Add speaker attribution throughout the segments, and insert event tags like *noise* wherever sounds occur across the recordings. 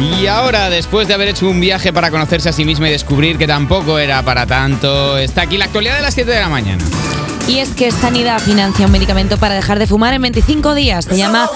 Speaker 1: Y ahora, después de haber hecho un viaje para conocerse a sí misma y descubrir que tampoco era para tanto, está aquí la actualidad de las 7 de la mañana.
Speaker 2: Y es que Sanidad financia un medicamento para dejar de fumar en 25 días. Se llama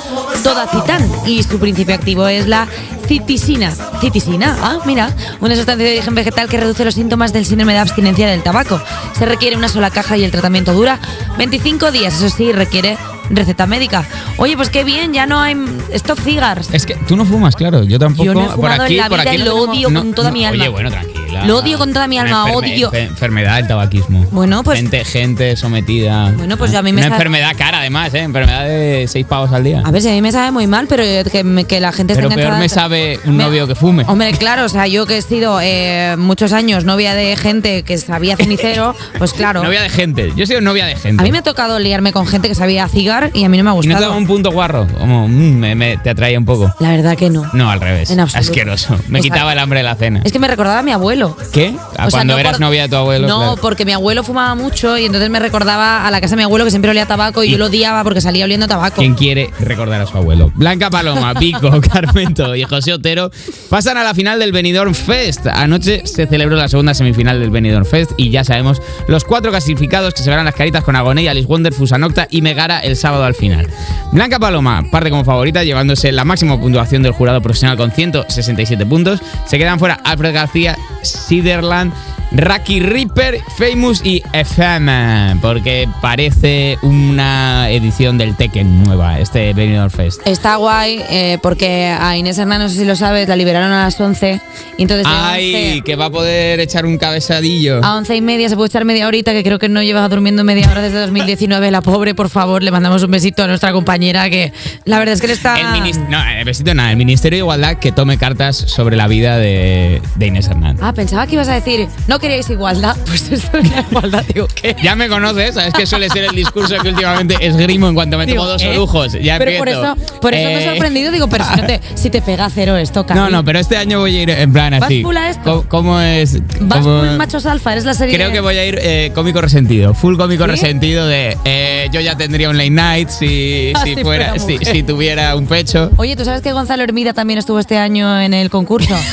Speaker 2: Todacitan y su principio activo es la citisina. Citisina, ah, mira, una sustancia de origen vegetal que reduce los síntomas del síndrome de abstinencia del tabaco. Se requiere una sola caja y el tratamiento dura 25 días. Eso sí, requiere receta médica. Oye, pues qué bien, ya no hay stop cigars.
Speaker 1: Es que tú no fumas, claro, yo tampoco.
Speaker 2: Yo no he fumado en la vida y
Speaker 1: no
Speaker 2: lo
Speaker 1: tenemos-
Speaker 2: odio con toda mi alma.
Speaker 1: Oye, bueno, tranquila.
Speaker 2: Lo odio con toda mi
Speaker 1: Una
Speaker 2: alma,
Speaker 1: enferme-
Speaker 2: odio.
Speaker 1: fe- Enfermedad el tabaquismo.
Speaker 2: Bueno, pues-
Speaker 1: Gente, gente sometida. Ah,
Speaker 2: Bueno, pues yo a mí me
Speaker 1: Una
Speaker 2: sabe-
Speaker 1: enfermedad cara, además, ¿eh? Enfermedad de 6 pavos al día.
Speaker 2: A ver, si a mí me sabe muy mal, pero eh, que, me- que la gente
Speaker 1: Pero
Speaker 2: está
Speaker 1: peor
Speaker 2: enganchada-
Speaker 1: me sabe un novio que fume.
Speaker 2: Hombre, claro, o sea, yo que he sido eh, muchos años novia de gente que sabía cenicero, pues claro.
Speaker 1: Novia de gente. Yo he sido novia de gente.
Speaker 2: A mí me ha tocado liarme con gente que sabía cigar y a mí no me ha
Speaker 1: ¿Y no te daba
Speaker 2: gustado.
Speaker 1: un punto guarro? Como, mm, me, me- te atraía un poco.
Speaker 2: La verdad que no.
Speaker 1: No, al revés.
Speaker 2: En absoluto.
Speaker 1: Asqueroso. Me
Speaker 2: O sea,
Speaker 1: quitaba el hambre de la cena.
Speaker 2: Es que me recordaba a mi abuelo.
Speaker 1: ¿Qué? A
Speaker 2: O sea,
Speaker 1: Ah, cuando
Speaker 2: no
Speaker 1: eras
Speaker 2: por-
Speaker 1: novia de tu abuelo.
Speaker 2: No,
Speaker 1: claro.
Speaker 2: porque mi abuelo fumaba mucho y entonces me recordaba a la casa de mi abuelo que siempre olía a tabaco y,
Speaker 1: Y-
Speaker 2: yo lo odiaba porque salía oliendo a tabaco.
Speaker 1: ¿Quién quiere recordar a su abuelo? Blanca
Speaker 2: *laughs*
Speaker 1: Paloma, Pico, *laughs* Carmento y José Otero pasan a la final del Benidorm Fest. Anoche se celebró la segunda semifinal del Benidorm Fest y ya sabemos los cuatro clasificados que se verán las caritas con Agoney, Alice Wonder, Fusanocta y Megara el sábado al final. Blanca Paloma parte como favorita llevándose la máxima puntuación del jurado profesional con 167 puntos. Se quedan fuera Alfred García, Siderland, Raki Reaper, Famous y FM, porque parece una edición del Tekken nueva, este Benidorm Fest.
Speaker 2: Está guay eh, porque a Inés Hernán, no sé si lo sabes, la liberaron a las 11 y entonces de
Speaker 1: ¡Ay!
Speaker 2: 11
Speaker 1: Que va a poder echar un cabezadillo.
Speaker 2: a 11 y media se puede echar media horita, que creo que no llevas durmiendo media hora desde 2019. La pobre, por favor, le mandamos un besito a nuestra compañera que la verdad es que le está...
Speaker 1: El minis- no, el besito nada, el Ministerio de Igualdad que tome cartas sobre la vida de, de Inés Hernández.
Speaker 2: Ah, pensaba que ibas a decir, no queréis igualdad. *laughs* Pues esto es la igualdad, digo, ¿qué?
Speaker 1: Ya me conoces, sabes que suele ser el discurso que últimamente esgrimo en cuanto me
Speaker 2: Digo,
Speaker 1: tomo dos
Speaker 2: ¿eh?
Speaker 1: orujos. Ya
Speaker 2: pero por
Speaker 1: empiezo.
Speaker 2: eso, por eso me he
Speaker 1: Eh,
Speaker 2: sorprendido, digo, pero si, no te, si te pega cero esto, Cami.
Speaker 1: No, no, pero este año voy a ir en plan
Speaker 2: ¿Vas
Speaker 1: así.
Speaker 2: full a esto?
Speaker 1: ¿Cómo, cómo es?
Speaker 2: Vas
Speaker 1: cómo-
Speaker 2: full machos alfa, eres la serie.
Speaker 1: Creo que voy a ir eh, cómico resentido, full cómico resentido de eh, yo ya tendría un late night
Speaker 2: *laughs*
Speaker 1: si,
Speaker 2: Ah,
Speaker 1: si
Speaker 2: si
Speaker 1: fuera,
Speaker 2: fuera
Speaker 1: si,
Speaker 2: mujer.
Speaker 1: si tuviera un pecho. *laughs*
Speaker 2: Oye, ¿tú sabes que Gonzalo Hermida también estuvo este año en el concurso?
Speaker 1: *laughs*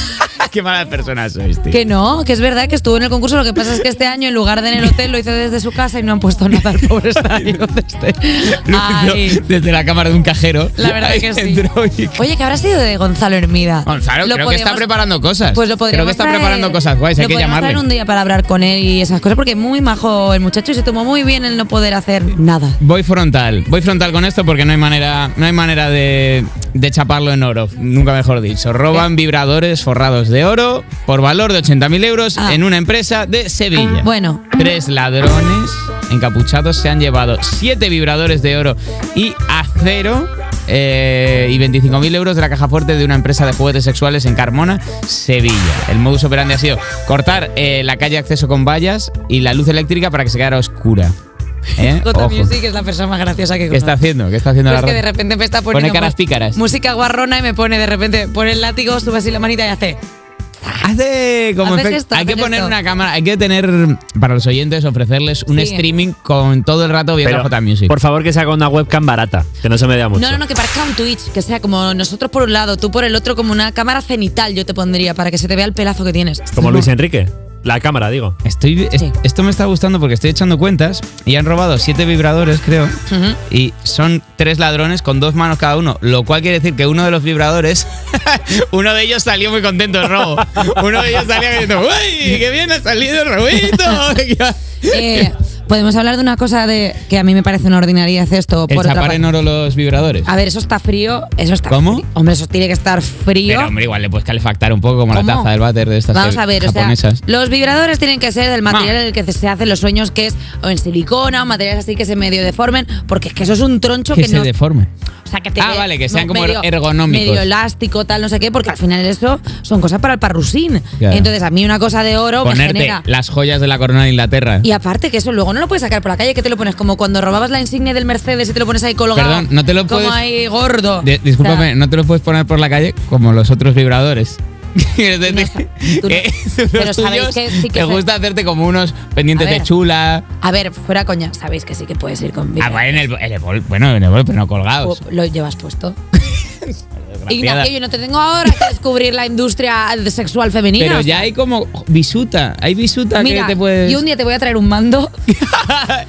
Speaker 1: Qué mala persona sois, tío. *laughs*
Speaker 2: que no, que es verdad que estuvo en el concurso, lo que pasa es que este año en lugar de en el hotel lo hizo desde su casa y no han puesto nada al
Speaker 1: *laughs*
Speaker 2: pobre estadio donde esté.
Speaker 1: Lo hizo
Speaker 2: Ay,
Speaker 1: Desde la cámara de un cajero.
Speaker 2: la verdad
Speaker 1: Ahí
Speaker 2: que sí.
Speaker 1: entró y-
Speaker 2: Oye, ¿qué habrá sido de Gonzalo Hermida?
Speaker 1: Gonzalo,
Speaker 2: Lo
Speaker 1: creo que está
Speaker 2: podemos-
Speaker 1: preparando cosas.
Speaker 2: Pues lo
Speaker 1: creo
Speaker 2: podríamos
Speaker 1: que está
Speaker 2: traer-
Speaker 1: preparando cosas guays, hay
Speaker 2: lo
Speaker 1: que
Speaker 2: podríamos
Speaker 1: llamarle.
Speaker 2: traer un día para hablar con él y esas cosas, porque muy majo el muchacho y se tomó muy bien el no poder hacer nada.
Speaker 1: Voy frontal, voy frontal con esto porque no hay manera, no hay manera de, de chaparlo en oro, nunca mejor dicho. Roban vibradores forrados de oro por valor de 80.000 euros
Speaker 2: Ah.
Speaker 1: en una empresa de Sevilla.
Speaker 2: Bueno.
Speaker 1: Tres ladrones encapuchados se han llevado siete vibradores de oro y acero eh, y 25.000 euros de la caja fuerte de una empresa de juguetes sexuales en Carmona, Sevilla. El modus operandi ha sido cortar eh, la calle acceso con vallas y la luz eléctrica para que se quedara
Speaker 2: *laughs*
Speaker 1: oscura. ¿Eh?
Speaker 2: Jota
Speaker 1: Ojo.
Speaker 2: Music es la persona más graciosa que
Speaker 1: ¿Qué está
Speaker 2: conozco.
Speaker 1: haciendo? ¿Qué está haciendo
Speaker 2: Pues
Speaker 1: la
Speaker 2: que
Speaker 1: red?
Speaker 2: de repente me está
Speaker 1: Pone
Speaker 2: poniendo
Speaker 1: caras
Speaker 2: mu-
Speaker 1: pícaras.
Speaker 2: música guarrona y me pone de repente, pone el látigo, sube así la manita y hace.
Speaker 1: Hace como
Speaker 2: Haces
Speaker 1: efect-
Speaker 2: esto,
Speaker 1: Hay que
Speaker 2: haces
Speaker 1: poner
Speaker 2: esto.
Speaker 1: una cámara, hay que tener para los oyentes ofrecerles un
Speaker 2: Sí.
Speaker 1: streaming con todo el rato viendo
Speaker 3: Pero,
Speaker 1: J Music.
Speaker 3: Por favor, que saca una webcam barata, que no se me da mucho.
Speaker 2: No, no, no, que parezca un Twitch, que sea como nosotros por un lado, tú por el otro, como una cámara cenital yo te pondría para que se te vea el pelazo que tienes.
Speaker 3: Como Luis Enrique. La cámara, digo.
Speaker 1: Estoy, es-
Speaker 2: Sí.
Speaker 1: Esto me está gustando porque estoy echando cuentas y han robado siete vibradores, creo.
Speaker 2: Ujú.
Speaker 1: Y son tres ladrones con dos manos cada uno, lo cual quiere decir que uno de los vibradores, *laughs* uno de ellos salió muy contento del robo. Uno de ellos salía diciendo, ¡Uy! ¡Qué bien ha salido el
Speaker 2: *laughs*
Speaker 1: robito! *laughs*
Speaker 2: Eh, Podemos hablar de una cosa de que a mí me parece una ordinariedad esto.
Speaker 1: El
Speaker 2: por otra
Speaker 1: chapar
Speaker 2: parte.
Speaker 1: en oro los vibradores.
Speaker 2: A ver, eso está frío, eso está.
Speaker 1: ¿Cómo?
Speaker 2: frío. Hombre, eso tiene que estar frío.
Speaker 1: Pero hombre, igual le puedes calefactar un poco como la
Speaker 2: ¿Cómo?
Speaker 1: taza del váter de estas
Speaker 2: Vamos
Speaker 1: que-
Speaker 2: a ver, o sea,
Speaker 1: japonesas.
Speaker 2: los vibradores tienen que ser del material
Speaker 1: Ma.
Speaker 2: en el que se hacen los sueños, que es o en silicona o materiales así que se medio deformen, porque es que eso es un troncho que,
Speaker 1: que se
Speaker 2: no.
Speaker 1: deforme.
Speaker 2: o sea, que te
Speaker 1: Ah,
Speaker 2: ve-
Speaker 1: vale, que sean como
Speaker 2: medio-
Speaker 1: ergonómicos.
Speaker 2: Medio elástico, tal, no sé qué, porque al final eso son cosas para el parrusín.
Speaker 1: Claro.
Speaker 2: Entonces, a mí una cosa de oro me
Speaker 1: Ponerte
Speaker 2: genera.
Speaker 1: las joyas de la corona de Inglaterra.
Speaker 2: Y aparte que eso luego no lo puedes sacar por la calle, que te lo pones como cuando robabas la insignia del Mercedes y te lo pones ahí colgado.
Speaker 1: Perdón, no te lo
Speaker 2: como
Speaker 1: puedes-
Speaker 2: ahí gordo.
Speaker 1: De- discúlpame,
Speaker 2: O sea,
Speaker 1: no te los puedes poner por la calle como los otros vibradores. *laughs* Es
Speaker 2: Tú no
Speaker 1: decir,
Speaker 2: sa-
Speaker 1: *laughs*
Speaker 2: tú no-
Speaker 1: que los
Speaker 2: Pero sabéis
Speaker 1: tuyos
Speaker 2: que sí
Speaker 1: te
Speaker 2: que se-
Speaker 1: gusta hacerte como unos pendientes
Speaker 2: A
Speaker 1: de
Speaker 2: ver.
Speaker 1: chula.
Speaker 2: a ver, fuera coña, sabéis que sí que puedes ir con
Speaker 1: Ah,
Speaker 2: vibrador.
Speaker 1: bueno, en el, en el bol- bueno, en el bol, pero no colgados.
Speaker 2: O- ¿Lo llevas puesto?
Speaker 1: desgraciada.
Speaker 2: Oh, Ignacio, yo no te tengo ahora que descubrir la industria sexual femenina.
Speaker 1: Pero ya hay como bisuta, hay bisuta
Speaker 2: Mira,
Speaker 1: que te puedes...
Speaker 2: yo un día te voy a traer un
Speaker 1: *laughs*
Speaker 2: mando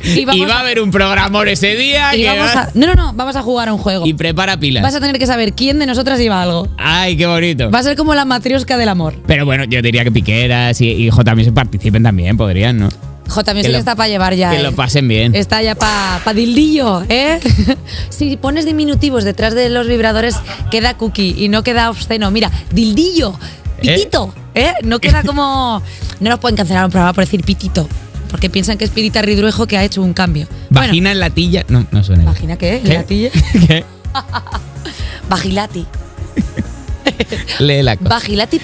Speaker 1: y,
Speaker 2: y vamos
Speaker 1: va a
Speaker 2: a-
Speaker 1: haber un programón ese día
Speaker 2: y
Speaker 1: que
Speaker 2: vamos
Speaker 1: va-
Speaker 2: a... No, no, no, vamos a jugar a un juego.
Speaker 1: y prepara pilas.
Speaker 2: Vas a tener que saber quién de nosotras lleva algo.
Speaker 1: Ay, qué bonito.
Speaker 2: Va a ser como la matriosca del amor.
Speaker 1: Pero bueno, yo diría que Piqueras y, y J también se participen también, podrían, ¿no?
Speaker 2: J, también
Speaker 1: Que
Speaker 2: se
Speaker 1: lo-
Speaker 2: le está para llevar ya.
Speaker 1: que
Speaker 2: eh.
Speaker 1: lo pasen bien.
Speaker 2: Está ya para pa dildillo, ¿eh? *laughs* si pones diminutivos detrás de los vibradores, queda cookie y no queda obsceno. Mira, dildillo,
Speaker 1: ¿Eh?
Speaker 2: pitito, ¿eh? No queda como. No nos pueden cancelar un programa por decir pitito, porque piensan que es Pirita Ridruejo que ha hecho un cambio.
Speaker 1: Vagina en latilla. No, no suena.
Speaker 2: Bueno, ¿vagina qué?
Speaker 1: ¿Qué?
Speaker 2: ¿Latilla?
Speaker 1: *laughs* ¿Qué?
Speaker 2: Vagilati.
Speaker 1: Lee la cosa.
Speaker 2: Vagilati